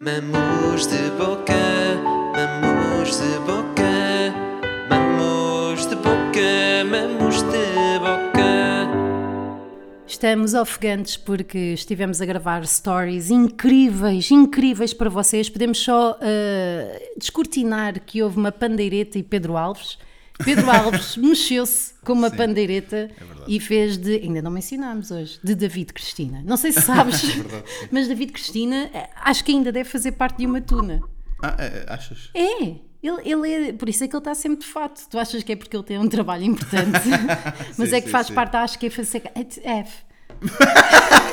Mamos de boca, mamos de boca, mamos de boca, mamos de boca. Estamos ofegantes porque estivemos a gravar stories incríveis, incríveis para vocês. Podemos só uh, descortinar que houve uma pandeireta e Pedro Alves. Pedro Alves mexeu-se com uma é pandeireta e fez de. Ainda não mencionámos hoje, de David Cristina. Não sei se sabes, É mas David Cristina eh, acho que ainda deve fazer parte de uma tuna. Ah, é, é, achas? É, ele, ele é, por isso é que ele está sempre de fato. Tu achas que é porque ele tem um trabalho importante, mas Sim, é que sim, faz sim. parte da Acho que é Fonseca. É, F.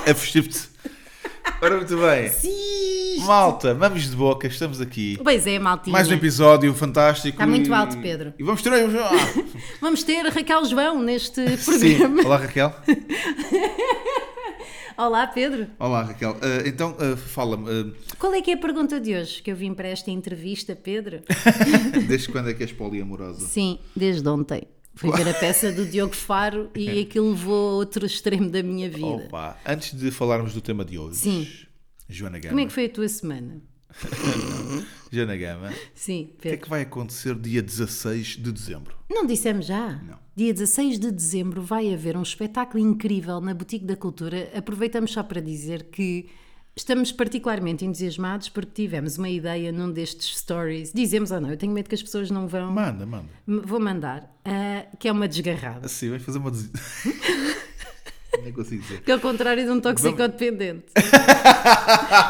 Afugir-te. É Ora, muito bem. Sim! Malta, vamos de boca, estamos aqui. Pois é, maltinha. Mais um episódio fantástico. Está Tá muito e- alto, Pedro. E vamos ter aí um. Ah, Vamos ter Raquel João neste sim. programa. Olá, Raquel. Olá, Pedro. Olá, Raquel. Ah, então, ah, fala-me, Qual é que é a pergunta de hoje que eu vim para esta entrevista, Pedro? ah, desde quando é que és poliamorosa? Sim, desde ontem. Fui ver a peça do Diogo Faro e aquilo levou a outro extremo da minha vida. Opa, antes de falarmos do tema de hoje, Sim. Joana Gama. Como é que foi a tua semana? Joana Gama, o Sim, que é Pedro. que vai acontecer dia 16 de dezembro? Não dissemos já? Não. Dia 16 de dezembro vai haver um espetáculo incrível na Boutique da Cultura. Aproveitamos só para dizer que estamos particularmente entusiasmados porque tivemos uma ideia num destes stories. Dizemos ou não, eu tenho medo que as pessoas não vão. Manda, manda. M- Vou mandar, ah, que é uma desgarrada. Assim, vais fazer uma. des- Nem consigo dizer. Que é o contrário de um toxicodependente.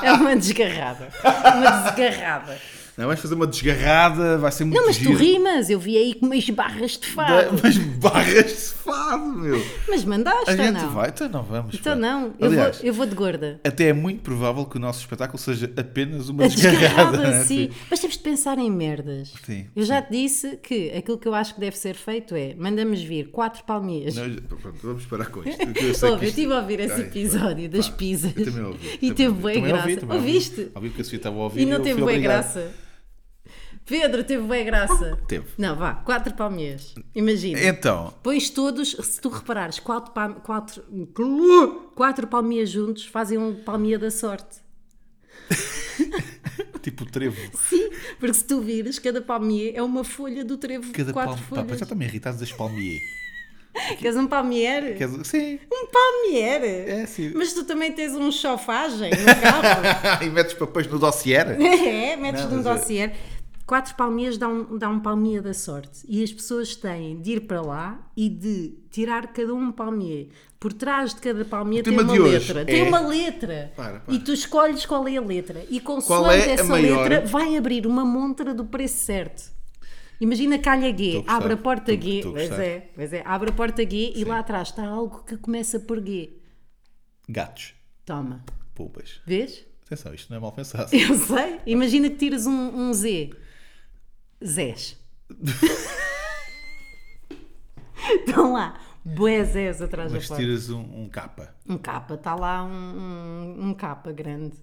é uma desgarrada. Uma desgarrada. Não, vais fazer uma desgarrada, vai ser muito Não, mas tu giro. rimas, eu vi aí com umas barras de Da- fado. Mas barras de fado, meu. Mas mandaste A ou gente não? vai, então não vamos. Então pá. não, eu Aliás, vou- eu vou de gorda. até é muito provável que o nosso espetáculo seja apenas uma A desgarrada. não desgarrada, é? Tá sim. Mas temos de pensar em merdas. Sim, eu já te disse que aquilo que eu acho que deve ser feito é mandamos vir quatro palmeiras. Nós- pronto, vamos parar com isto. porque Eu sei Ouve, que eu isto... estive a ouvir esse Ai, episódio das pizzas. Eu também ouvi. E também teve ouvi, boa também graça. ouvi, também ouvi. Ouviste? Ouvi porque a Sofia estava a ouvir. E não eu teve fui boa obrigado. graça. Pedro, teve boa graça. Teve. Não, vá, quatro palmeiras. Imagina. Então, Pões todos, se tu reparares, quatro, pal- quatro, quatro palmeiras juntos fazem um palmeia da sorte. tipo trevo. Sim, porque se tu vires, cada palmier é uma folha do trevo de Cada quatro palmo. Pá, folhas. já estou-me irritado das palmier. Queres um palmier? Quer dizer, sim, Um palmier? é sim. Mas tu também tens um chofagem no carro. e metes papéis no dossier. é, metes Não, num mas é- dossier. Quatro palmeiras dá um, dá um palmier da sorte. E as pessoas têm de ir para lá e de tirar cada um um palmier. Por trás de cada palmier tem tema uma de hoje letra. Tem é- uma letra. Para, para. E tu escolhes qual é a letra. E Qual consoante é a essa maior? letra, vai abrir uma montra do preço certo. Imagina calha Estou G, a gostar. abre a porta Estou- G. estou a Pois gostar. é, pois é. Abre a porta G e lá atrás está algo que começa por G. Gatos, Toma. pulpas. Vês? Atenção, isto não é mal pensado. Eu sei. Imagina que tiras um, um Z. Zés. Estão Então lá. Bué Zés atrás Mas da porta. tiras um, um capa. Um capa. Está lá um, um, um capa grande.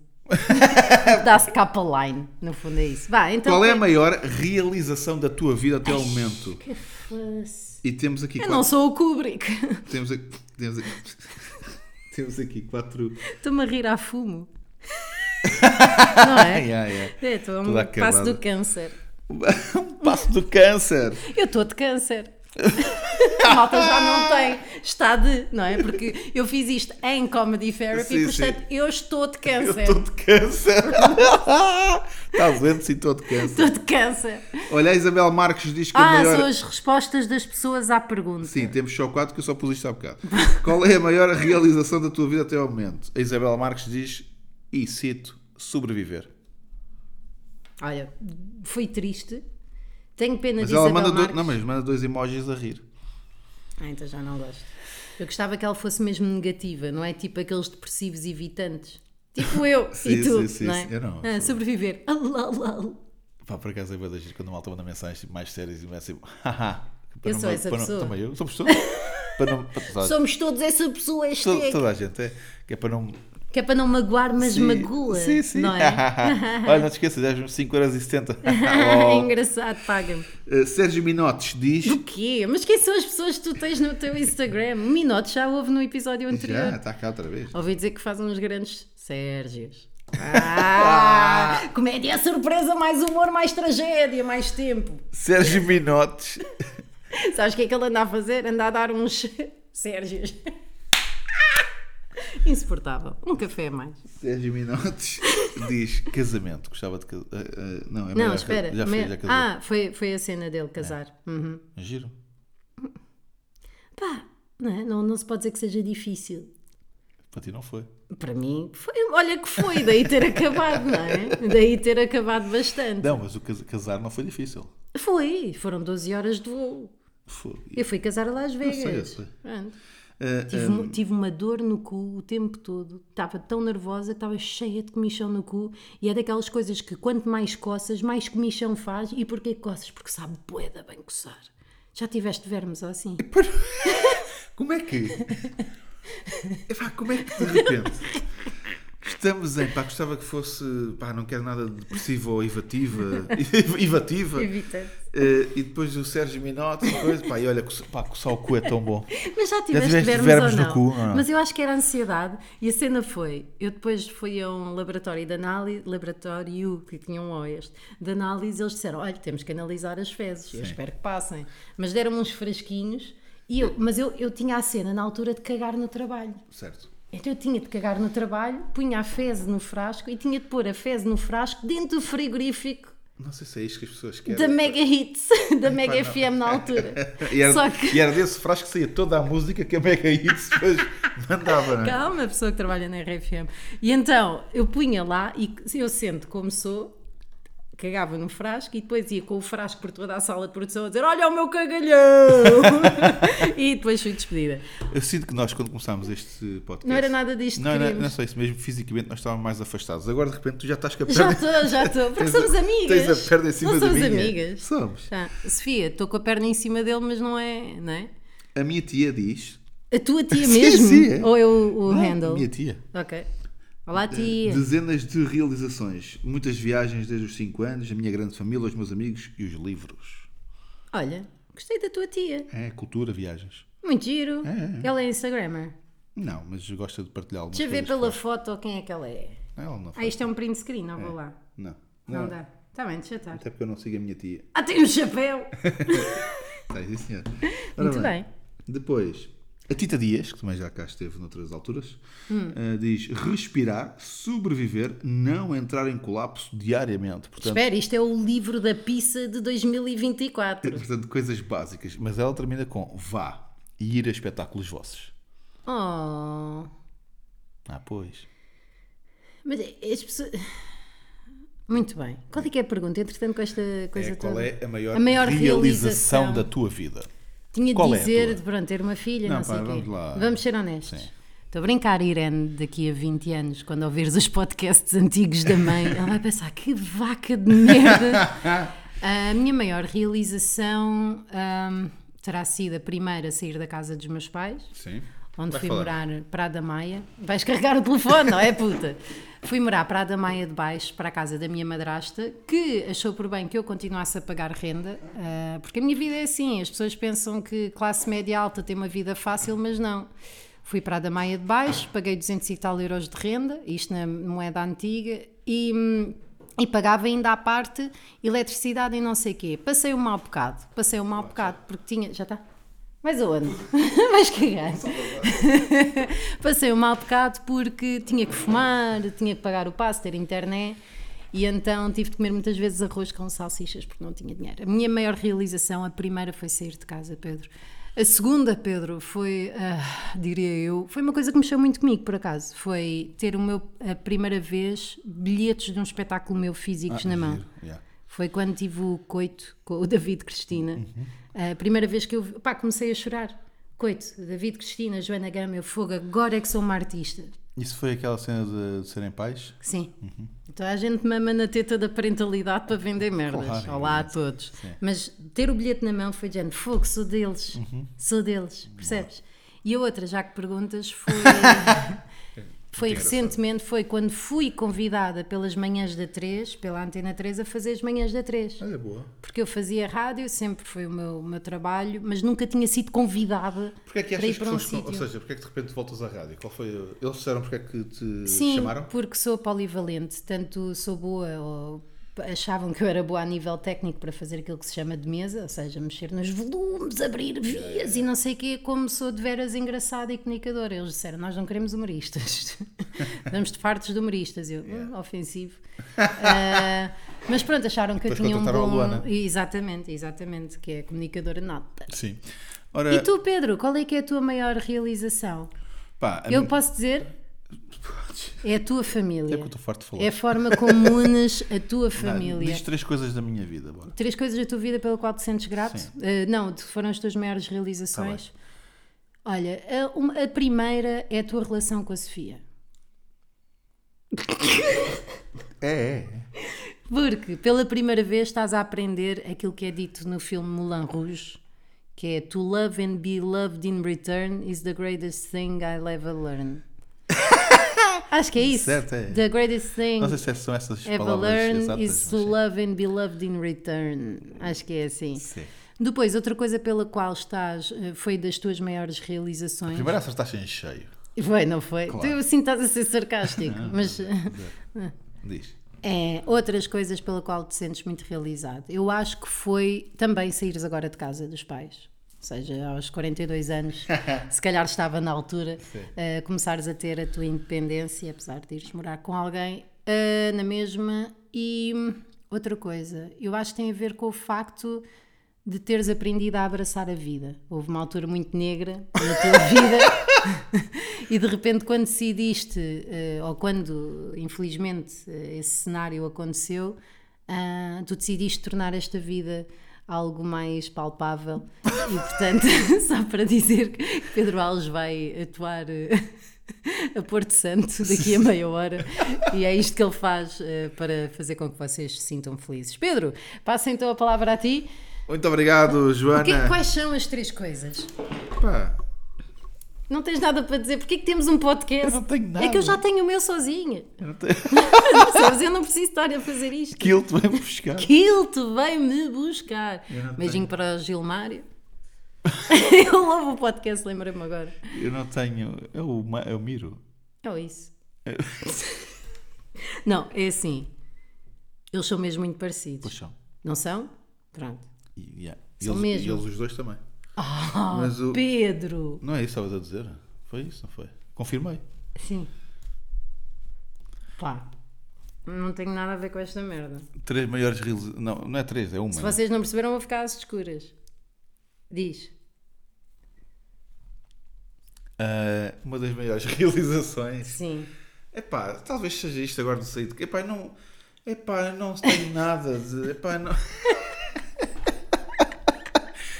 Dá-se capa line. No fundo é isso. Vá, então... Qual é a maior realização da tua vida até ao momento? Que fosse. E temos aqui Eu quatro. não sou o Kubrick. Temos aqui, temos aqui, temos aqui quatro. Estou-me a rir a fumo. Não é? Ai, ai, ai. É, Estou a um Toda passo acabada. do câncer. Um passo do câncer. Eu estou de câncer. A malta já não tem. Está de, não é? Porque eu fiz isto em comedy therapy, Sim, portanto, sim. eu estou de Eu câncer. estou de câncer. Estás vendo? Sim, estou de câncer. Estou de câncer. Olha, a Isabel Marques diz que a Ah, maior. são as respostas das pessoas à pergunta. Sim, temos só quatro que eu só pus isto há bocado. Qual é a maior realização da tua vida até ao momento? A Isabel Marques diz, e cito, sobreviver. Olha, foi triste. Tenho pena Mas de ela Isabel manda, dois, Marques. não, mas manda dois emojis a rir. Ah, então já não gosto. Eu gostava que ela fosse mesmo negativa, não é? Tipo aqueles depressivos evitantes. Tipo eu Sim, e tu, sim, sim, não é? sim. Eu não, Ah, sou- sobreviver. Ah, lá, lá, lá. Pá, por acaso é bué da giro quando uma malta manda mensagens tipo, mais sérias e vai assim, haha. para Eu não- sou essa para não- pessoa. Também eu, somos todos. para não, para toda, a- Somos todos essa pessoa, toda- hashtag. toda a gente, é. Que é para não. Que é para não magoar, mas Sim, magoa. Sim, sim. Não é? Olha, não te esqueças, és um 5,70€. é Lol. engraçado, paga-me. Oh, Eh, Sérgio Minotes diz. O quê? Mas quem são as pessoas que tu tens no teu Instagram? O Minote já houve no episódio anterior. Já, está cá outra vez. Ouvi dizer que faz uns grandes Sérgios. Ah, comédia é surpresa, mais humor, mais tragédia, mais tempo. Sérgio Minotes. Sabes o que é que ele anda a fazer? Anda a dar uns Sérgios. Insuportável. Um café a mais. Sérgio Minotes diz casamento. Gostava de casar. não, é Não, melhor- espera. Já Me- fez, já casou. Ah, foi, foi a cena dele casar. Uhum. Giro. Pá, não, é? não, não se pode dizer que seja difícil. Para ti não foi. Para mim, foi, olha que foi, daí ter acabado, não é? Daí ter acabado bastante. Não, mas o cas- casar não foi difícil. Foi, foram 12 horas de voo. Foi. Eu fui casar a Las Vegas. sei, eu sei. Pronto. Ah, Tive, mu- tive uma dor no cu o tempo todo. Estava tão nervosa que estava cheia de comichão no cu. E é daquelas coisas que quanto mais coças, mais comichão faz. E porquê coças? Porque sabe boeda bem coçar. Já tiveste vermes ou assim? Como é que. Epá, como é que de repente. Estamos em. Pá, gostava que fosse. Pá, não quero nada de depressivo ou evativa. evativa. Evitante. Eh, e depois o Sérgio Minotti e coisa. Pá, e olha, coça- pá, coçar o cu é tão bom. Mas já tiveste, tiveste vermes, vermes ou no não? cu, não é? Mas eu acho que era ansiedade. E a cena foi: eu depois fui a um laboratório de análise, laboratório que tinham um este, de análise, eles disseram: olha, temos que analisar as fezes. Eu espero que passem. Mas deram uns fresquinhos. E eu, mas eu, eu tinha a cena na altura de cagar no trabalho. Certo. Então eu tinha de cagar no trabalho, punha a fezes no frasco e tinha de pôr a fezes no frasco dentro do frigorífico Não sei se é isto que as pessoas querem. da Mega Hits, da Mega não. FM na altura. E era, Só que- e era desse frasco que saía toda a música que a Mega Hits depois mandava, não é? Calma, a pessoa que trabalha na RFM. E então eu punha lá e eu sento como sou, cagava no frasco e depois ia com o frasco por toda a sala de produção a dizer: Olha o meu cagalhão! e depois fui despedida. Eu sinto que nós, quando começámos este podcast. Não era nada disto que Não, não, queríamos. não é só isso mesmo. Fisicamente nós estávamos mais afastados. Agora de repente tu já estás com a Já perna. estou, já estou, porque Tens a- somos amigas. Tens a perna em cima não da somos minha. amigas. Somos. Ah, Sofia, estou com a perna em cima dele, mas não é. Não é? A minha tia diz. A tua tia Sim, mesmo? sim, é. Ou é o, o Não, handle? A minha tia. Ok. Olá, tia. Dezenas de realizações. Muitas viagens desde os 5 anos. A minha grande família, os meus amigos e os livros. Olha, gostei da tua tia. É, cultura, viagens. Muito giro. É, Ela é Instagrammer. Não, mas gosta de partilhar algumas Deixa eu ver coisas pela que foto quem é que ela é. faz. Ela não Ah, faz. isto é um print screen, não vou lá. Não. Não, Não. é. dá. Está bem, deixa estar. Até porque eu não sigo a minha tia. Ah, tem um chapéu! Tá, sim, senhor. Ora Muito bem. Depois, a Tita Dias, que também já cá esteve noutras alturas, Hum. eh, diz respirar, sobreviver, não entrar em colapso diariamente. Portanto, Espera, isto é o livro da pizza de 2024. portanto, coisas básicas. Mas ela termina com vá e ir a espetáculos vossos. Oh. Ah, pois. Mas é, as pessoas. Muito bem. Qual é que é a pergunta? Entretanto, com esta coisa É, qual toda. é a maior, A maior realização, realização. da tua vida? Tinha Qual de é a dizer, tua? de pronto, ter uma filha, não, Não, sei pá, o quê. vamos lá. Vamos ser honestos. Estou a brincar, Irene, daqui a 20 anos, quando ouvires os podcasts antigos da mãe, ela vai pensar que vaca de merda. a minha maior realização hum, terá sido a primeira a sair da casa dos meus pais, Sim. onde Vai fui falar. morar Prada Maia. Vais carregar o telefone, não é puta? Fui morar Prada Maia de baixo para a casa da minha madrasta, que achou por bem que eu continuasse a pagar renda, ah, porque a minha vida é assim, as pessoas pensam que classe média alta tem uma vida fácil, mas não. Fui para a da Maia de baixo, paguei 200 e tal euros de renda, isto na moeda antiga, e, hum, e pagava ainda à parte eletricidade e não sei o quê. Passei um mau bocado, passei um mau bocado, porque tinha... Já tá? está? Mas aonde? Vais cagar. Passei um mau bocado porque tinha que fumar, tinha que pagar o passo, ter internet e então tive de comer muitas vezes arroz com salsichas porque não tinha dinheiro. A minha maior realização, a primeira foi sair de casa, Pedro. A segunda, Pedro, foi, ah, diria eu, foi uma coisa que mexeu muito comigo, por acaso. Foi ter o meu, a primeira vez, bilhetes de um espetáculo meu físicos na mão. Ah, Giro, yeah. Foi quando tive o coito com o David Cristina. Uhum. A primeira vez que eu vi- pá, comecei a chorar. Coito, David Cristina, Joana Gama, eu fogo, agora é que sou uma artista. Isso foi aquela cena de, de serem pais? Sim. Uhum. Então a gente mama na teta da parentalidade para vender merdas. Claro, Olá a todos. Mas ter o bilhete na mão foi de género, fogo, sou deles. Uhum. Sou deles, percebes? E a outra, já que perguntas, foi. Foi Muito engraçado. recentemente, foi quando fui convidada pelas manhãs da 3, pela Antena 3, a fazer as manhãs da 3. Olha, Ah, é boa. Porque eu fazia rádio, sempre foi o meu, o meu trabalho, mas nunca tinha sido convidada Porquê é que para achas ir que para um foste. com- sítio. Ou seja, porquê é que de repente voltas à rádio? Qual foi. Eles disseram porque é que te Sim, chamaram? porque sou polivalente, tanto sou boa ou achavam que eu era boa a nível técnico para fazer aquilo que se chama de mesa, ou seja, mexer nos volumes, abrir vias e não sei o quê, como sou de veras engraçada e comunicadora. Eles disseram, nós não queremos humoristas, damos de fartos de humoristas. Eu, "Hum, ofensivo. Ah, mas pronto, acharam que Depois eu tinha um contrataram a bom... Luana. Exatamente, exatamente, que é comunicadora nata. Sim. Ora, E tu, Pedro, qual é que é a tua maior realização? pá, a Eu mim- posso dizer, é a tua família. É que eu estou farto de falar. É a forma como unes a tua Não, família. Diz três coisas da minha vida, bora. Três coisas da tua vida pela qual te sentes grato? Sim. Eh, não, de que foram as tuas maiores realizações? Tá Olha, a, uma- a primeira é a tua relação com a Sofia. É, é. Porque pela primeira vez estás a aprender aquilo que é dito no filme Moulin Rouge, que é To love and be loved in return is the greatest thing I'll ever learn. Acho que é isso. Certo, é. The greatest thing Não sei se é- são essas ever palavras learn exatas. É is mas to sim. love and be loved in return. Acho que é assim. Sim. Depois, outra coisa pela qual estás eh, foi das tuas maiores realizações. Primeiro acertaste em cheio. Foi, não foi? Claro. Tu, eu sinto que estás a ser sarcástico, mas Diz. é, outras coisas pela qual te sentes muito realizado. Eu acho que foi também saíres agora de casa dos pais. Ou seja, aos 42 anos, se calhar estava na altura, eh, começares a ter a tua independência, apesar de ires morar com alguém eh, na mesma. E hum, outra coisa, eu acho que tem a ver com o facto de teres aprendido a abraçar a vida. Houve uma altura muito negra na tua vida. E de repente, quando decidiste, eh, ou quando, infelizmente, eh, esse cenário aconteceu, ah, tu decidiste tornar esta vida algo mais palpável. E portanto, só para dizer que Pedro Alves vai atuar. eh, A Porto Santo daqui a meia hora e é isto que ele faz eh, para fazer com que vocês se sintam felizes. Pedro, passo então a palavra a ti. Muito obrigado, Joana. O que- quais são as três coisas? Pá, Não tens nada para dizer? Porquê que temos um podcast? Eu não tenho nada. É que eu já tenho o meu sozinha. eu não tenho- Percebes? Eu não preciso estar a fazer isto. aquilo tu vai buscar. Quilto vem me buscar. Eu não Beijinho para o Gilmário. eu louvo o podcast, lembra-me agora. Eu não tenho. Eu, ma- eu miro. É isso. não, é assim. Eles são mesmo muito parecidos. Puxão. Não são? Pronto. E, yeah. E São eles, mesmo. e eles os dois também. Mas o- Oh, Pedro. Não é isso que estavas a dizer? Foi isso, não foi? Confirmei. Sim. Pá. Não tenho nada a ver com esta merda. Três maiores reels. Não, não é três, é uma. Se não é? vocês não perceberam, vou ficar às escuras. Diz. Ah, uma das maiores realizações. Sim. Epá, talvez seja isto agora de sair de. Epá, eu não. Epá, eu não tenho nada de. Epá, eu não.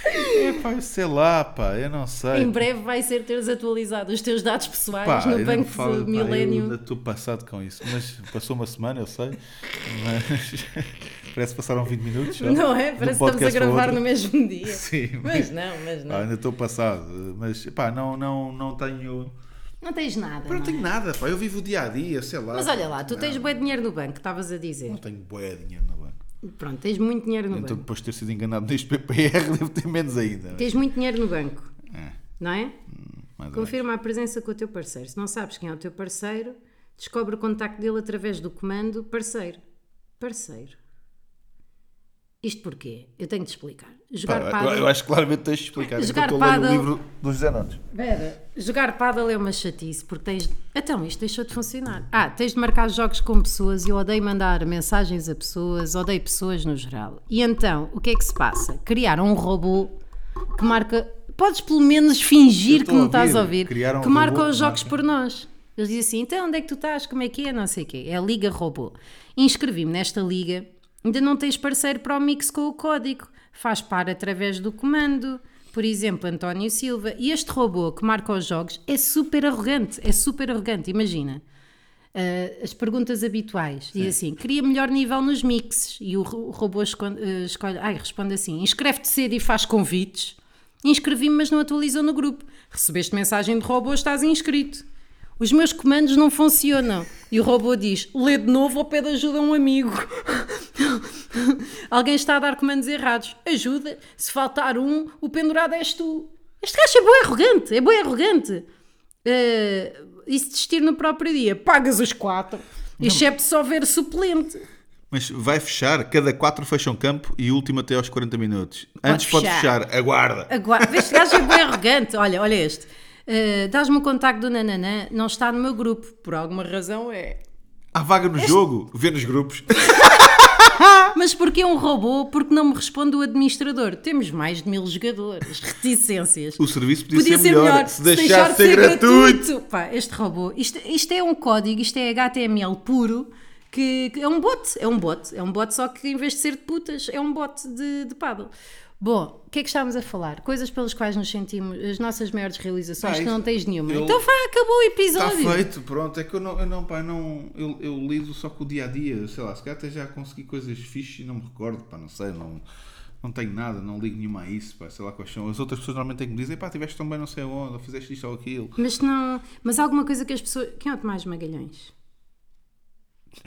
Epá, eu sei lá, pá, eu não sei. Em breve vai ser teres atualizado os teus dados pessoais Pá, eu no não Banco falo- pá, do Milênio. Eu ainda estou passado com isso. Mas passou uma semana, eu sei. Mas parece que passaram 20 minutos. já. Não é? De Parece um que estamos a podcast para gravar outro. no mesmo dia. Sim, Mas mas. não, mas pá, não. ainda estou passado. Mas, pá, não, não, não tenho. Não tens nada. Pá, não não é? tenho nada, pá. Eu vivo o dia a dia, sei lá. Mas olha lá, tu Não, tens bué dinheiro no banco, estavas a Não dizer. tenho boé dinheiro no banco. Pronto, tens muito dinheiro no Então, banco. depois de ter sido enganado neste PPR, devo ter menos ainda. Tens muito dinheiro no banco, É, não é? mais ou menos. Confirma a presença com o teu parceiro. Se não sabes quem é o teu parceiro, descobre o contacto dele através do comando parceiro. Parceiro. Isto porquê? Eu tenho de explicar. Jogar Pá, eu, pádel- eu acho que claramente tens de explicar. Jogar enquanto eu leio pádel- o livro dos José Nunes. Vera, jogar paddle é uma chatice porque tens. Então, isto deixou de funcionar. Ah, tens de marcar jogos com pessoas e eu odeio mandar mensagens a pessoas, odeio pessoas no geral. E então, o que é que se passa? Criaram um robô que marca. Podes pelo menos Eu fingir que estou a não estás a ouvir. ouvir, Criaram um que marca robô os que jogos marca. por nós. Eles dizem assim: então onde é que tu estás? Como é que é? Não sei o quê. É a Liga Robô. Inscrevi-me nesta liga. Ainda não tens parceiro para o Mix com o código. Faz par através do comando. Por exemplo, António Silva. E este robô que marca os jogos é super arrogante. É super arrogante, imagina. Ah, as perguntas habituais. Diz assim: queria melhor nível nos mixes. E o ro- robô escon- eh, escolhe. Ai, responde assim: inscreve-te cedo e faz convites. Inscrevi-me, mas não atualizou no grupo. Recebeste mensagem de robô, estás inscrito. os meus comandos não funcionam. E o robô diz: lê de novo ou pede ajuda a um amigo. Alguém está a dar comandos errados. Ajuda, se faltar um, o pendurado és tu. Este gajo é boi arrogante, é boi arrogante. Eh, e se desistir no próprio dia, pagas os quatro, excepto se houver suplente. Mas vai fechar, cada quatro fecham campo e o último até aos 40 minutos. Antes pode fechar. fechar, aguarda. Aguarda. Este gajo é bem arrogante. Olha, olha este. Uh, Dás-me o contacto do Nananã, não está no meu grupo. Por alguma razão é. Há vaga no jogo, vê nos grupos. Mas porquê um robô? Porque não me responde o administrador. Temos mais de mil jogadores. Reticências. O serviço podia, ser, melhor, se deixar, de ser, gratuito. Pá, este robô, isto, isto é um código, isto é HTML puro, que, que é um bot, é um bot, é um bot, só que em vez de ser de putas, é um bot de, de paddle. Bom, o que é que estávamos a falar? Coisas pelas quais nos sentimos, as nossas maiores realizações, Pá, que isto- não tens nenhuma. Ah, eu- Então vá, acabou o Está episódio. feito, pronto. É que eu não, eu não pá, não. Eu, eu lido só com o dia a dia, sei lá, se calhar até já consegui coisas fixes e não me recordo, pá, não sei, não, não tenho nada, não ligo nenhuma a isso, pá, sei lá quais são. As outras pessoas normalmente têm que me dizer, pá, tiveste tão bem não sei onde, ou fizeste isto ou aquilo. Mas não. Mas alguma coisa que as pessoas. Quem é o Tomás Magalhães?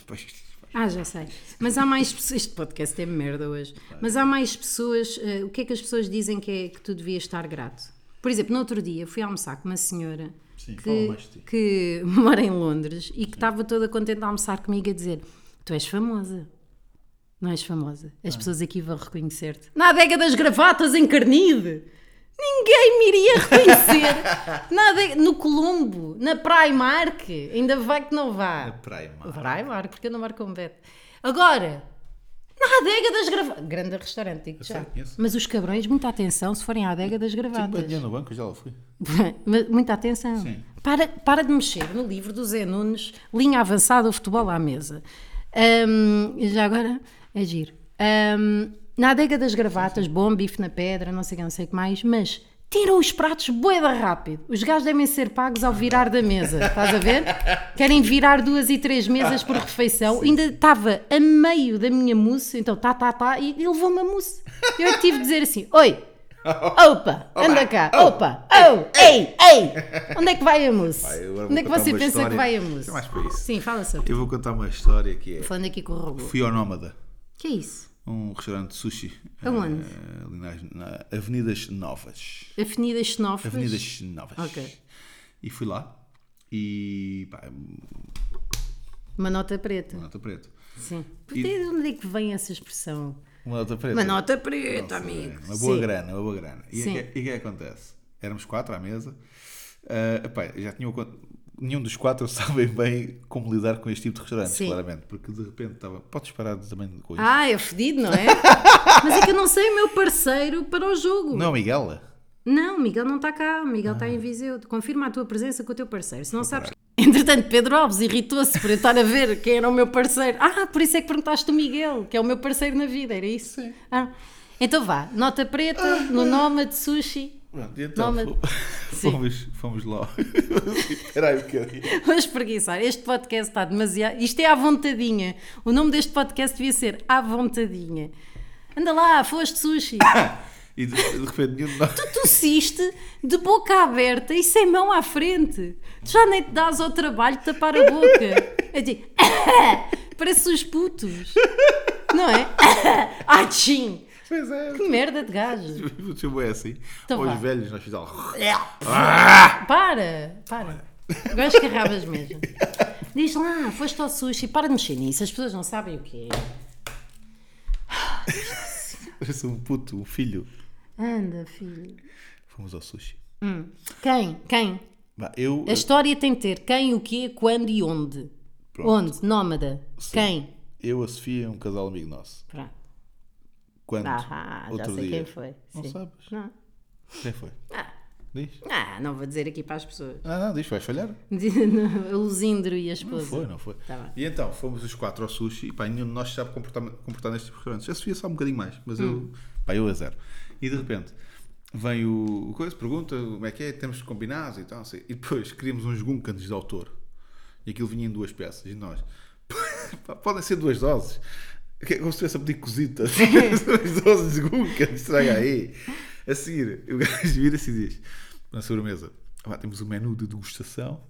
Pá, isto- pá, Ah, já sei. Mas há mais pessoas. Este podcast é merda hoje. Mas há mais pessoas. eh, o que é que as pessoas dizem que, é, que tu devias estar grato? Por exemplo, no outro dia fui almoçar com uma senhora Sim, fala que, mais de ti. que mora em Londres e que estava toda contente a almoçar comigo a dizer: Tu és famosa. Não és famosa. Ah. As pessoas aqui vão reconhecer-te. Na adega das gravatas em Carnide! Ninguém me iria reconhecer. Na adega- no Colombo, na Primark. Ainda vai que não vá. é Praia, mano. Vai, Marco, porque eu não marco um bet. Agora, na adega das gravatas. Grande restaurante, digo já. sei, conheço. Mas os cabrões, muita atenção se forem à adega das Tenho gravatas. dinheiro no banco, eu já lá fui. Mas muita atenção. Sim. Para, para de mexer no livro do Zé Nunes, linha avançada, o futebol à mesa. Ahm, e já agora, é giro. Ahm, na adega das gravatas, bom bife na pedra, não sei o que, não sei o que mais, mas tiram os pratos boeda rápido. Os gajos devem ser pagos ao virar da mesa, estás a ver? Querem virar duas e três mesas por refeição. Ainda estava a meio da minha mousse, então tá, tá, tá, e e levou-me a mousse. Eu é que tive de dizer assim, oi, Opa, anda cá, opa, oh, ei, ei! Onde é que vai a mousse? Pá, eu agora vou Onde é que contar você uma pensa que história. vai a mousse? É mais para isso. Sim, fala sobre. Eu vou contar uma história que é. Falando aqui com o robô. Fui ao Nómada, Que é isso? um restaurante de sushi. Aonde? eh, ali nas- na Avenidas Novas. Avenidas Xenófobas? Avenidas Novas. Ok. E fui lá e pá, Uma nota preta. uma nota preta. Sim. De onde é que vem essa expressão? Uma nota preta. Uma nota preta, Nossa, amigo. Uma boa Sim. grana, uma boa grana. E o Sim. que, é- e que é que acontece? Éramos quatro à mesa. Ah, epá, já tinha uma con- Nenhum dos quatro sabem bem como lidar com este tipo de restaurantes, Sim. claramente. Porque de repente estava. Podes parar de- também com isso. Ah, é fedido, não é? Mas é que eu não sei o meu parceiro para o jogo. Não, é Miguel? Não, o Miguel não está cá, o Miguel está em Viseu. Confirma a tua presença com o teu parceiro, se não sabes. é. Entretanto, Pedro Alves irritou-se por eu estar a ver quem era o meu parceiro. Ah, por isso é que perguntaste o Miguel, que é o meu parceiro na vida, era isso? Sim. Ah, então vá, nota preta no Noma de Sushi. Pronto, e então Nómada. fo- Sim. fomos, fomos lá. Espera aí um bocadinho. Vou espreguiçar. Este podcast está demasiado. Isto é à vontadinha. O nome deste podcast devia ser À Vontadinha. Anda lá, foste sushi. E de, de repente nenhum de nós. tossiste de boca aberta e sem mão à frente. Tu já nem te dás ao trabalho de tapar a boca. Eu digo, parece os putos. Não é? Ai, tchim. Pois é. Que merda de gajo. O teu é assim. Então Ou vá. É. os velhos, nós fizemos. um Para, para. Agora escarrabas mesmo. Diz lá, foste ao sushi, para de mexer nisso, as pessoas não sabem o que é. Parece um puto, um filho. Anda, filho. Fomos ao sushi. Quem? Quem? Bah, eu, A história tem de ter quem, o quê, quando e onde. Pronto. Onde? Nómada. Quem? eu, a Sofia, um casal amigo nosso. Pronto. Quando? Ah, já outro sei dia. quem foi. Não Sim. sabes? Não. Quem foi? Ah. Diz? Ah, não vou dizer aqui para as pessoas. Ah, não, diz, vais falhar. O Luzindro e a Não esposa. foi, não foi. Tá bem. e então, fomos os quatro ao sushi e pá, nenhum de nós sabe comportar, comportar nestes tipo de restaurantes. A Sofia sabe um bocadinho mais, mas Hum. eu, pá, eu a zero. E de repente, vem o, o coisa, pergunta como é que é, temos combinados e tal, não sei. E depois um queríamos uns gunkanes de autor. E aquilo vinha em duas peças. E nós, pá, podem ser duas doses. Que é como se estivesse a pedir cositas. duas doses de gunkans, estraga aí. A seguir, o gajo vira-se e diz, na sobremesa, "Ah, pá, temos o menu de degustação.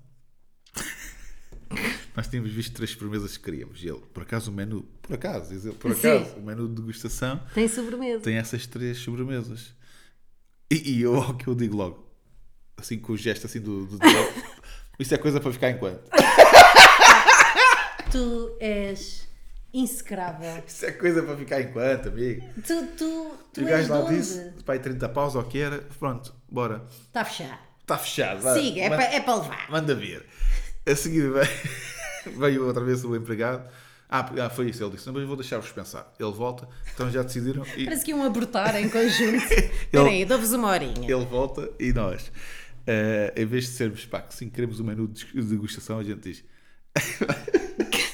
Nós tínhamos visto três sobremesas que queríamos. E ele, por acaso, o menu, por acaso, diz ele, por acaso, Sim. o menu de degustação Tem sobremesa. tem essas três sobremesas. E, e eu, ao que eu digo logo, assim com o gesto assim do, do Diogo, isso é coisa para ficar enquanto. Tu és insecrável. Isso é coisa para ficar enquanto, amigo. Tu, tu, tu e o és gajo de lá onde? disse, pai, 30 paus ou o que era, pronto, bora. Está fechado. Está fechado. vá. Siga, é Manda- para é pa levar. Manda ver. A seguir veio, veio outra vez o empregado. Ah, p- ah, foi isso. Ele disse: Não, mas eu vou deixar-vos pensar. Ele volta, então já decidiram. E Parece que iam abortar em conjunto. Espera aí, dou-vos uma horinha. ele volta e nós, eh, em vez de sermos pá, que sim, queremos um menu de de degustação, a gente diz.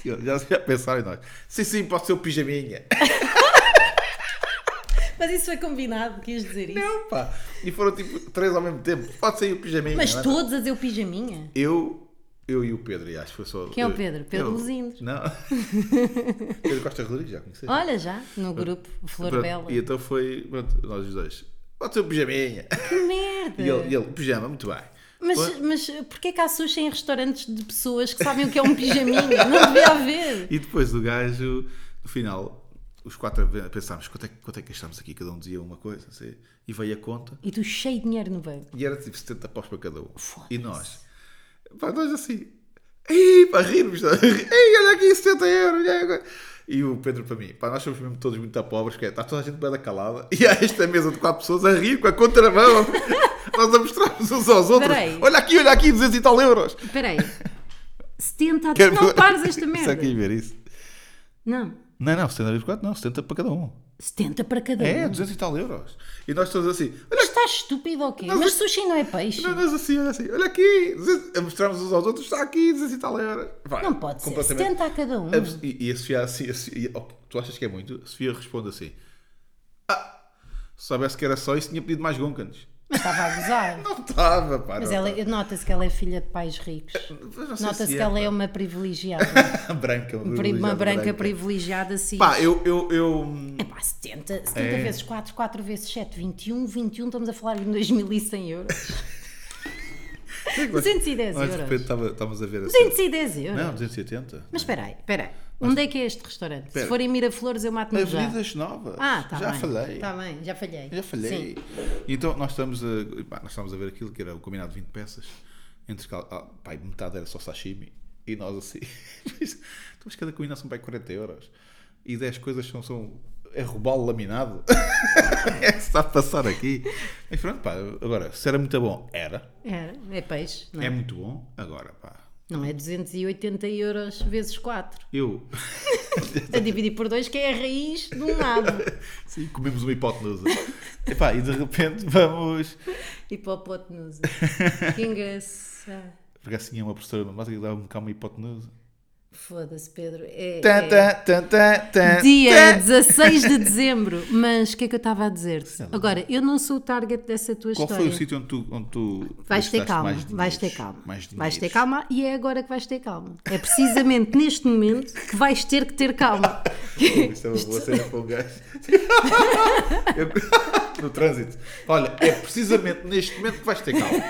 Ele já, já pensaram em nós. Sim, sim, pode ser o pijaminha. Mas isso foi combinado, quis dizer isso. Não, pá. E foram tipo três ao mesmo tempo. Pode ser o pijaminha. Mas não é? todos a dizer o pijaminha? Eu, eu e o Pedro, e acho que foi só. Quem é o eu- Pedro? Pedro eu- Luzindo. Não. Pedro Costa Rodrigues, já conheceste? Olha já, no grupo Ah, Flor Pronto, Bela. E então foi, pronto, nós os dois. Pode ser o pijaminha. Que merda! E ele, e ele, pijama, muito bem. Pô, Mas, mas porquê que há sushi em restaurantes de pessoas que sabem o que é um pijaminha? Não devia haver. E depois o gajo, no final, os quatro pensámos quanto é, que- quanto é que gastámos aqui, cada um dizia uma coisa, não sei, e veio a conta, E tu cheio de dinheiro no banco. e era tipo 70 paus para cada um. Foda-se. E nós, pá, nós assim, ei, para rirmos, nós, é?" ei, olha aqui 70 euros. olha agora." E o Pedro para mim, pá, nós somos mesmo todos muito pobres, que é, está toda a gente bem da calada, e há esta mesa de quatro pessoas a rir com a conta na mão. Nós a mostrarmos uns aos outros. Peraí. Olha aqui, olha aqui, 200 e tal euros. Espera aí. 70 a... Não pares esta merda. Só queria ver é isso. Não. Não, não, 70 vezes 4 não, 70 para cada um. 70 para cada É, um. 200 e tal euros. E nós todos assim, olha Mas estás estúpido ou quê? Mas sushi não é peixe. aqui, nós assim, olha assim, olha aqui, 200 a mostrarmos uns aos outros, está aqui, 200 e tal euros. Vai, Não pode ser. completamente 70 a cada um. abs- E, e a Sofia assim, a Sofia- ok, tu achas que é muito? A Sofia responde assim, ah, se soubesse que era só isso, tinha pedido mais goncanos. Mas estava a gozar. Não estava, pá. Mas não ela, estava. nota-se que ela é filha de pais ricos. Mas não sei Nota-se se que ela pá. é uma privilegiada. branca. é um Pri- Uma privilegiada branca privilegiada, sim. Pá, eu, eu, hum, eu, Epá, 70, 70 É. vezes 4, 4 vezes 7, 21, 21, estamos a falar em 2100 euros. é 210 Mas de repente euros. estava- estávamos a ver assim. 210 euros. Não, 280. Mas espera aí, espera aí. Onde é que é este restaurante? Espera. Se for em Miraflores eu mato-me já. Avenidas Novas. Ah, tá Já bem. falei. Tá bem, já falhei. Já falhei. Sim. Então nós estamos, a, pá, nós estamos a ver aquilo que era o combinado de 20 peças. Entre cal- ah, pá, e metade era só sashimi. E nós assim. então, mas cada combinação vai 40 euros. E 10 coisas são. são é robalo laminado. é que se está a passar aqui. Mas pronto, pá. Agora, se era muito bom, era. É, é peixe, não é? É muito bom. Agora, pá. Não é 280 euros vezes 4. Eu. A dividir por 2 que é a raiz de um lado. Sim, comemos uma hipotenusa. Epá, e de repente vamos. Hipopotenusa. Que engraçado. Porque assim é uma professora de matemática que dava-me cá uma hipotenusa. Foda-se, Pedro. É, Tã, é- tã, tã, tã, tã, Dia tã. 16 de dezembro. Mas o que é que eu estava a dizer-te? Agora, eu não sou o target dessa tua Qual história. foi o sítio onde tu, onde tu Vais ter gastaste calma, mais vais ter dinheiros? calma. Mais vais ter dinheiros? calma e é agora que vais ter calma. É precisamente neste momento que vais ter que ter calma. Isto é uma boa cena para um gajo. Eu- no trânsito. Olha, é precisamente neste momento que vais ter calma.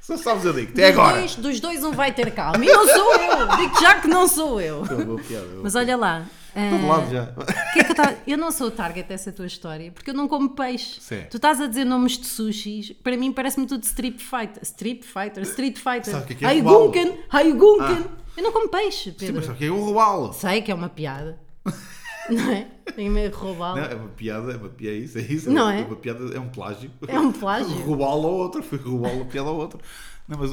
Só sabes eu digo, Dos até É agora. dois- dos dois, um vai ter calma. E não sou eu. Digo já que não sou eu. Foi É uma boa piada, uma boa Mas olha lá. piada. ah, Do lado já. o que é que eu, tava- eu não sou o target dessa tua história, porque eu não como peixe. Sim. Tu estás a dizer nomes de sushis, para mim parece-me tudo Street Fighter. Street Fighter, Street Fighter. Sabe o que é que é? Ai, Uau. Ah. Gunken, ai, Gunken. Eu não como peixe, Sim, Pedro. mas sabe o que é o robalo? Sei que é uma piada. não é? Tem meio roubá Não, lo é uma piada, é uma piada, é isso, é isso. Não uma, é? uma piada, é um plágio. É um plágio. Roubá-lo ao outro, foi roubá-lo a piada ao outro. Não, mas.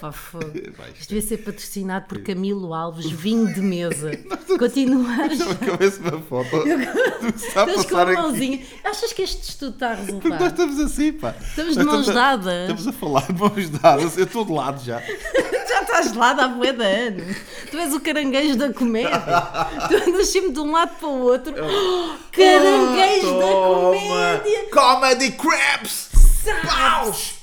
Pá, fogo. Vai, isto Isto devia ser patrocinado por Camilo Alves, vinho de mesa. Continuas. é uma cabeça uma foto. do que está a Estás com passar a aqui. mãozinha. Achas que este estudo está a Porque nós resultar? estamos assim, pá. Estamos de Nós mãos a- dadas. Estamos a falar de mãos dadas. Eu estou de lado já. Já estás lá da bué de ano. Tu és o caranguejo da comédia. Tu andas sempre de um lado para o outro. Oh, caranguejo da Toma. comédia! Comedy Crabs! Paus!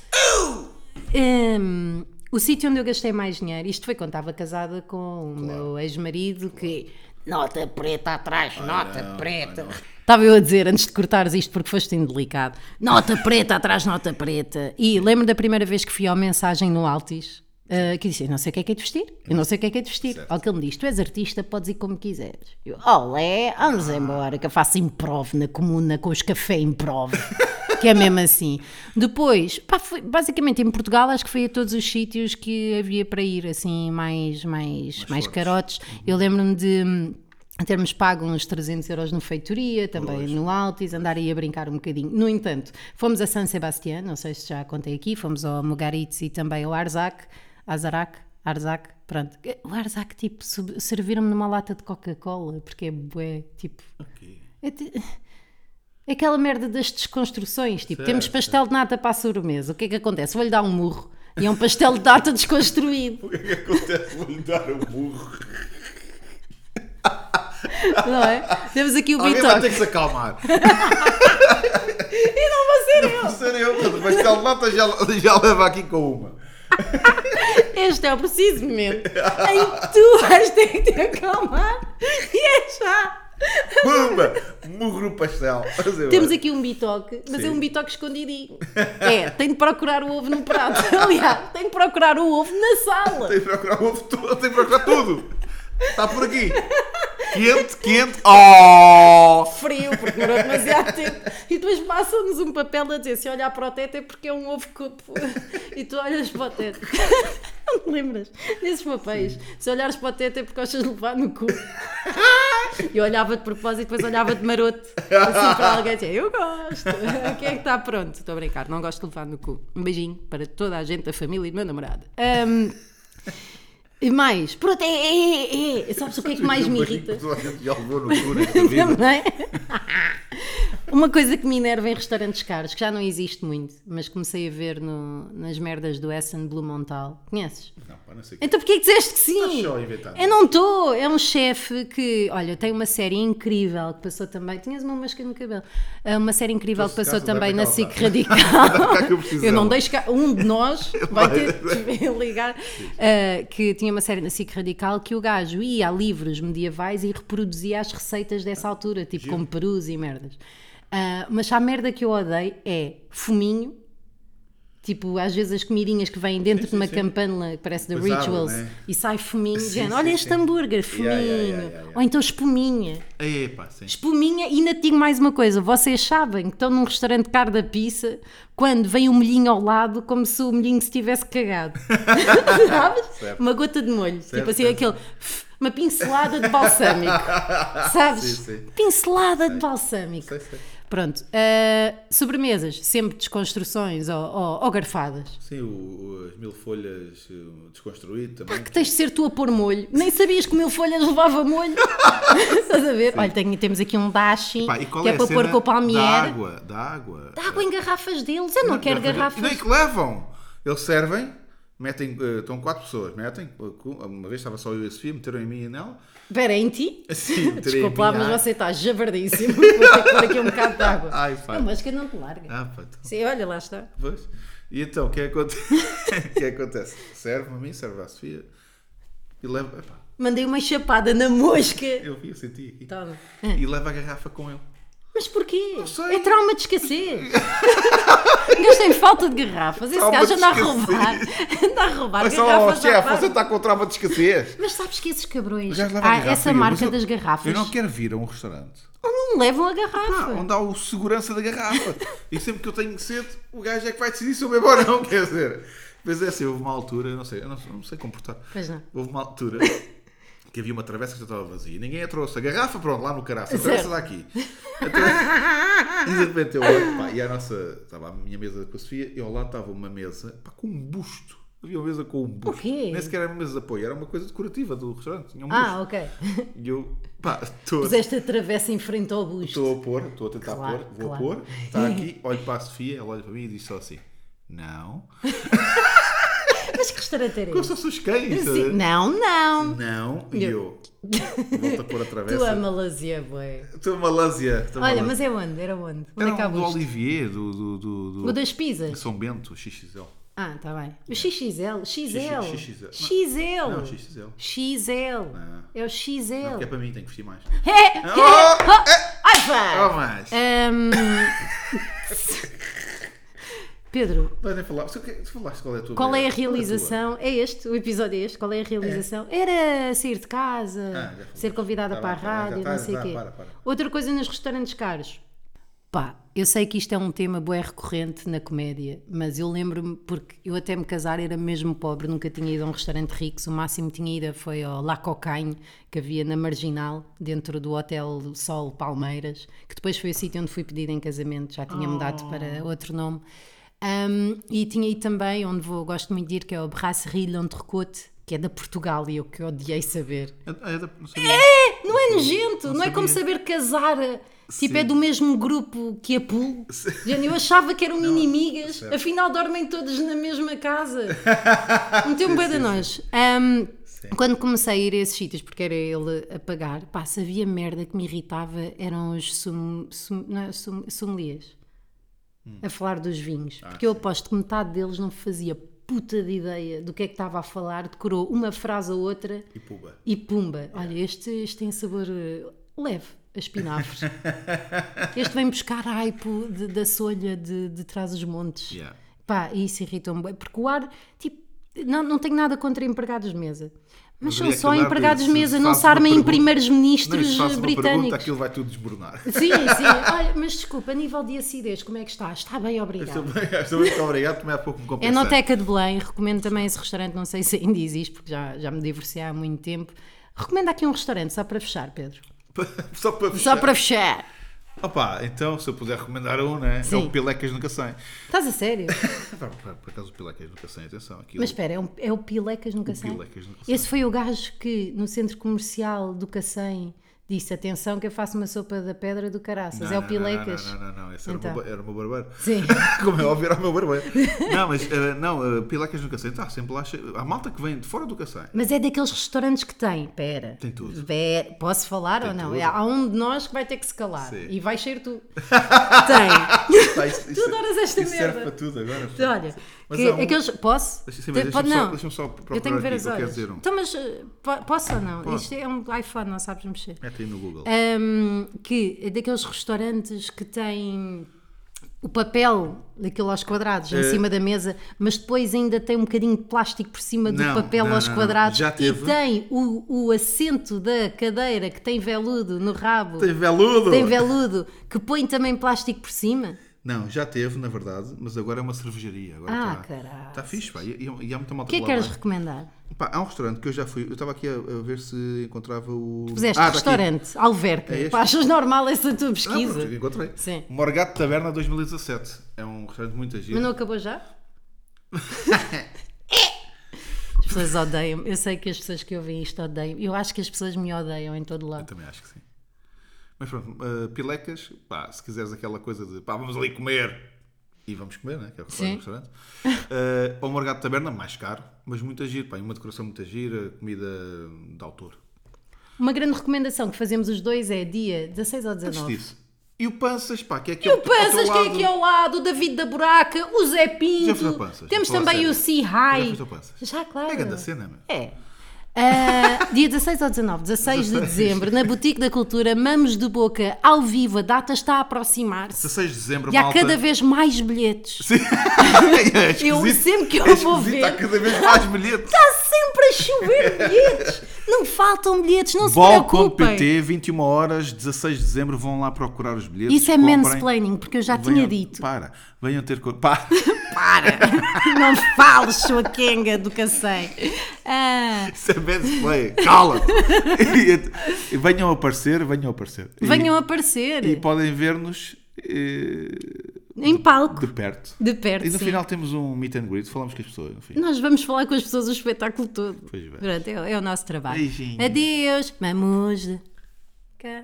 Hum, o sítio onde eu gastei mais dinheiro, isto foi quando estava casada com o meu ex-marido, que. Nota preta atrás, nota não, preta. Estava eu a dizer, antes de cortares isto, porque foste indelicado. Nota preta atrás, nota preta. E lembro da primeira vez que fui ao Mensagem no Altis. Ah, que disse: Eu não sei o que é que é de vestir, eu não sei o que é que é de vestir. Certo. Ao que ele me diz: Tu és artista, podes ir como quiseres. Eu, olé, vamos embora, que eu faço improv na comuna com os café improv. Que é mesmo assim. Depois, pá, fui- basicamente em Portugal, acho que fui a todos os sítios que havia para ir, assim, mais, mais, mais, fortes. Uhum. carotes. Eu lembro-me de hum, termos pago uns 300 euros no Feitoria, também Pois. no Altis, andar aí a brincar um bocadinho. No entanto, fomos a San Sebastián, não sei se já contei aqui, fomos ao Mugaritz e também ao Arzac, Azarac, Arzac, pronto. O Arzac, tipo, sub- serviram-me numa lata de Coca-Cola, porque é bué, tipo... Ok. é ti- é Aquela merda das desconstruções, tipo, temos Certo. pastel de nata para a sobremesa, o que é que acontece? Vou-lhe dar um murro. E é um pastel de nata desconstruído. O que é que acontece? Vou-lhe dar um burro. Não é? Temos aqui o Alguém vai Vitor. ter que se acalmar. E não vou ser eu. Ser eu, mas que a lata já, já leva aqui com uma. Este é o preciso momento em que tu vais ter que te acalmar. E é já. Pumba! Murro no Um pastel. Mas eu- Temos aqui um bitoque, mas é Sim. um bitoque escondidinho. É, tem de procurar o ovo no prato. Aliás, tem de procurar o ovo na sala. Tem que procurar o ovo todo, tem que procurar tudo. Está por aqui. Quente, quente. Oh! Frio, porque demorou demasiado tempo. E depois passa-nos um papel a dizer: se olhar para o teto é porque é um ovo cupo. E tu olhas para o teto. Não te lembras? Nesses papéis. Se olhares para o teto é porque gostas de levar no cu. E eu olhava de propósito, depois olhava de maroto. Assim para alguém dizer, eu gosto. Quem é que está pronto? Estou a brincar, não gosto de levar no cu. Um beijinho para toda a gente da família e do meu namorado. Ahm, e mais, pronto, é, é, é, é. Sabes o que é que um mais me irrita? Toda a gente Já levou no cu nesta vida. Também. Uma coisa que me enerva em restaurantes caros, que já não existe muito, mas comecei a ver no- nas merdas do Essen Blumenthal. Conheces? Não, pá, não sei o quê. Então porquê que disseste que sim? Estás só a inventar. Eu não estou. É um chefe que, olha, tem uma série incrível que passou também. Tinhas uma máscara no cabelo. É Uma série incrível Tu, que Então, se passou calhar, também na vai para SIC cá. Radical. Vai cá que eu preciso eu não dela. deixo cá. Um de nós vai Vai. ter de ligar. ah, que tinha uma série na SIC Radical que o gajo ia a livros medievais e reproduzia as receitas Ah, dessa altura, tipo com perus e merdas. Ah, mas a merda que eu odeio é fuminho. Tipo, às vezes as comidinhas que vêm dentro de uma campana que parece The Pesado, Rituals né? e sai fuminho. Sim, gente, sim, olha este sim. hambúrguer, fuminho. Yeah, yeah, yeah, yeah, yeah. Ou então espuminha. É, Epá, sim. Espuminha, e ainda te digo mais uma coisa: vocês sabem que estão num restaurante caro da pizza quando vem um molhinho ao lado, como se o molhinho se tivesse cagado. Sabes? Certo. Uma gota de molho. tipo assim, certo. aquele. f- Uma pincelada de balsâmico. Sabes? Sim, sim. Pincelada de balsâmico. Sei, sei. Pronto. ah, sobremesas, sempre desconstruções ou, ou- ou garfadas. Sim, o, o- as mil folhas eh, desconstruído também. Que tens de ser tu a pôr molho. Nem sabias que o meu folhas levava molho. Estás a ver? Olha, tenho- temos aqui um dashi Pá, e qual que é, a para pôr cena com o Da palmier. água, da água. Tá, Dá água em garrafas deles. Eu não, quero garrafas. Nem que levam. Eles servem, metem, eh, estão quatro pessoas, metem. eh, Uma vez estava só eu e a Sofia, meteram em mim e nela. Espera, em ti? Sim, meteram em Desculpa lá, mim, mas ah. você está javardíssimo. Vou ter que pôr aqui um bocado de água. Ai, pá. Não, mas que não te larga. Ah, pá, então. Sim, olha, lá está. Pois. E então, o que é que acontece? O que é que acontece? Serve-me a mim, serve à Sofia. E leva. Epá, Mandei uma chapada na mosca. eu vi, eu senti aqui. Toma. E leva a garrafa com ele. Mas porquê? sei. É trauma de escassez. Gastem falta de garrafas. Esse Trauma gajo de anda a escassez. roubar. Anda a roubar Olha só, garrafas. à chefe, parte. você está com trauma de escassez. Mas sabes que esses cabrões. Já leva a Ah, garrafa essa e eu, marca mas eu- das garrafas. Eu não quero vir a um restaurante Ou não levam a garrafa. Ah, onde há o segurança da garrafa. e sempre que eu tenho cedo, o gajo é que vai decidir se eu bebo ou não, quer dizer. Mas é assim, houve uma altura, eu não sei, eu não, eu não sei comportar. Pois não. Houve uma altura que havia uma travessa que já estava vazia. e Ninguém a trouxe. A garrafa, pronto, lá no caraço. A Certo. travessa está aqui. Então, e de repente eu olho, pá, e a nossa, estava a minha mesa com a Sofia, e ao lado estava uma mesa, pá, com um busto. Havia uma mesa com um busto. quê? Nem sequer era uma mesa de apoio, era uma coisa decorativa do restaurante. Tinha um busto. Ah, ok. E eu, pá, estou a Puseste a travessa em frente ao busto. Estou a pôr, estou a tentar Claro, pôr, vou claro. pôr, está aqui, olho para a Sofia, ela olha para mim e diz só assim: Não. Mas que restaurante era Como este? se fosse os cães. Sim, sabe? Não, não. Não. E eu volto a pôr Tu a a travessa. Malásia, boi. Estou a Malásia. estou a Olha, Malásia. mas é onde? Era onde? Onde é que há Era um do busto? é Olivier, do. do, do, do- O das pizzas? São Bento, XXL. Ah, tá bem. O XXL. XL. XXL. XL. Não, XXL. XL. Não. É o Não, porque é XL. para mim, tenho que vestir mais. É! Oh, é. é, Ai, vá! Hum. oh, mais. Ahm, Pedro, Não é nem falar. Só que- Tu falaste qual é a tua Qual é a maior- qual tua? realização? É este, o episódio é este. Qual é a realização? Era sair de casa, Ah, já falaste. ser convidada Tá para a bem, tá bem, já rádio, tá, não sei o tá, quê. para, para. Outra coisa nos restaurantes caros. Pá, eu sei que isto é um tema bué recorrente na comédia, mas eu lembro-me, porque eu até me casar era mesmo pobre, nunca tinha ido a um restaurante rico, o máximo que tinha ido foi ao La Cocaine, que havia na Marginal, dentro do Hotel Sol Palmeiras, que depois foi o sítio onde fui pedida em casamento, já tinha mudado para outro nome. Ahm, e tinha ido também, onde vou, gosto muito de ir, que é o Brasserie L'Entrecote, que é da Portugal e eu que odiei saber. É- é da- não sabia. É! Não é nojento, não, é sabia. como saber casar. Tipo, Sim. é do mesmo grupo que a Pool. Eu achava que eram inimigas, certo. afinal dormem todas na mesma casa. Meteu-me bem de nós. Ahm, quando comecei a ir a esses sítios, porque era ele a pagar, pá, se havia merda que me irritava eram os sum, sum, não é, sum- sommeliers Hum. a falar dos vinhos, Ah, porque eu aposto que metade deles não fazia puta de ideia do que é que estava a falar, decorou uma frase ou outra E puba. e É. pumba, olha, este, este tem sabor eh, leve a espinafres. este vem buscar aipo de- da solha de, de trás os montes. Yeah. Pá, e isso irritou-me bem, porque o ar, tipo, não, não tenho nada contra empregados de mesa. Mas são Haveria só que dar de- empregados de se mesa, se não faço se uma armem em pergunta- Não, primeiros-ministros se faço uma pergunta, britânicos. aquilo vai tudo desmoronar. Sim, sim. Olha, mas desculpa, a nível de acidez, como é que está? Está bem, obrigado. Estou bem- estou muito obrigado, também há pouco me É compensei. Noteca de Belém, recomendo também esse restaurante, não sei se ainda existe, porque já, já me divorciei há muito tempo. Recomendo aqui um restaurante, só para fechar, Pedro. Só para fechar. Só para fechar. Opa, então, se eu puder recomendar um, né? É Sim. o Pilecas Nunca Sem. Estás a sério? Pá, Por, por acaso, o Pilecas Nunca Sem, atenção. Aquilo, Mas espera, é, um- é o Pilecas no Cacém? Pilecas no Cacém. Esse foi o gajo que no centro comercial do Cacém disse, atenção que eu faço uma sopa da pedra do caraças, Não, é não, o Pilecas. Não, não, não, não, não. esse era, Então. o meu, ba- era o meu barbeiro. Sim. Como é óbvio, era o meu barbeiro. Não, mas, eh, não, eh, Pilecas Nunca Sem, tá, sempre lá. che- Há malta que vem de fora do Cacém. Mas é daqueles restaurantes que tem, pera. Tem tudo. Pera, posso falar ou não? tudo. É, há um de nós que vai ter que se calar. Sim. E vai ser tu. tem. Pá, Tá, isso- isso- adoras esta isso merda. serve para tudo agora. pá. Olha, Mas que, há um- aqueles. Posso? Deixa- Te- Deixa-me pode- só, não. deixa-me só eu tenho procurar que ver aqui, as que eu quero horas. dizer um. Então, mas eh, po- posso ou não? Pode. É. Isto é um iPhone, não sabes mexer. Mete aí no Google. É. Ahm, que é daqueles restaurantes que têm o papel daquilo aos quadrados em Eh. cima da mesa, mas depois ainda tem um bocadinho de plástico por cima do Não, papel não, aos não, não. quadrados Já e teve. tem o, o assento da cadeira que tem veludo no rabo, Tem veludo! tem veludo, que põe também plástico por cima. Não, já teve, na verdade, mas agora é uma cervejaria. Agora Ah, tá- caralho. Está fixe, pá. E, e- e há muita O malta que é que lá queres vai. recomendar? Pá, há um restaurante que eu já fui. Eu estava aqui a, a ver se encontrava o. Puseste Ah, tá aqui. é, restaurante, alverca. É este? Pá, achas normal essa tua Ah, pesquisa? pronto, encontrei. Sim. Morgato Taverna 2017. É um restaurante muito Mas giro. não acabou já? É! as pessoas odeiam Eu sei que as pessoas que ouvem isto odeiam. Eu acho que as pessoas me odeiam em todo Eu lado. também acho que sim. Mas pronto, ah, pilecas, pá, se quiseres aquela coisa de pá, vamos ali comer. E vamos comer, né? Que é o que faz Sim. no restaurante. Ah, ou Morgato Taverna, mais caro, mas muito giro, pá. E uma decoração muito gira, comida de autor. Uma grande recomendação que fazemos os dois é dia 16 ou Antes 19. disso. E o Panças, pá, que é aqui E o Panças, que é aqui ao lado, o David da Buraca, o Zé Pinto. Já fui ao Panças, Temos vou falar também sério. o Sea Já High. foste ao Panças? Já, claro. É grande cena, meu. É. Ah, dia 16 ou 19, 16 de 16. dezembro, na Boutique da Cultura, Mamos de Boca, ao vivo, a data está a aproximar-se 16 de dezembro, e há malta. cada vez mais bilhetes. Sim. É Eu esquisito. sempre que eu É vou esquisito, ver- Há cada vez mais bilhetes. Está sempre a chover bilhetes! Não faltam bilhetes, não se preocupem! Bol.pt, 21 horas, 16 de dezembro, vão lá procurar os bilhetes. Isso é comprem. mansplaining, porque eu já tinha Venham- dito. Para, venham ter. co- Pá. Para! Não fales, sua quenga do cacém! Ah, Isso é mansplay. Cala! E- e venham aparecer, venham aparecer. E- venham E aparecer! podem ver-nos eh, Em palco! de perto. De perto, E no sim. final temos um meet and greet, falamos com as pessoas, no fim. Nós vamos falar com as pessoas o espetáculo todo. Pois bem. Pronto, é, é o nosso trabalho. Beijinhos. Adeus! Vamos! de- Cá! Ah,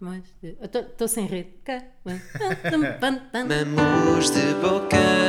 Vamos! de- Eu Estou sem rede. Cá! vamos. Mamus de boca,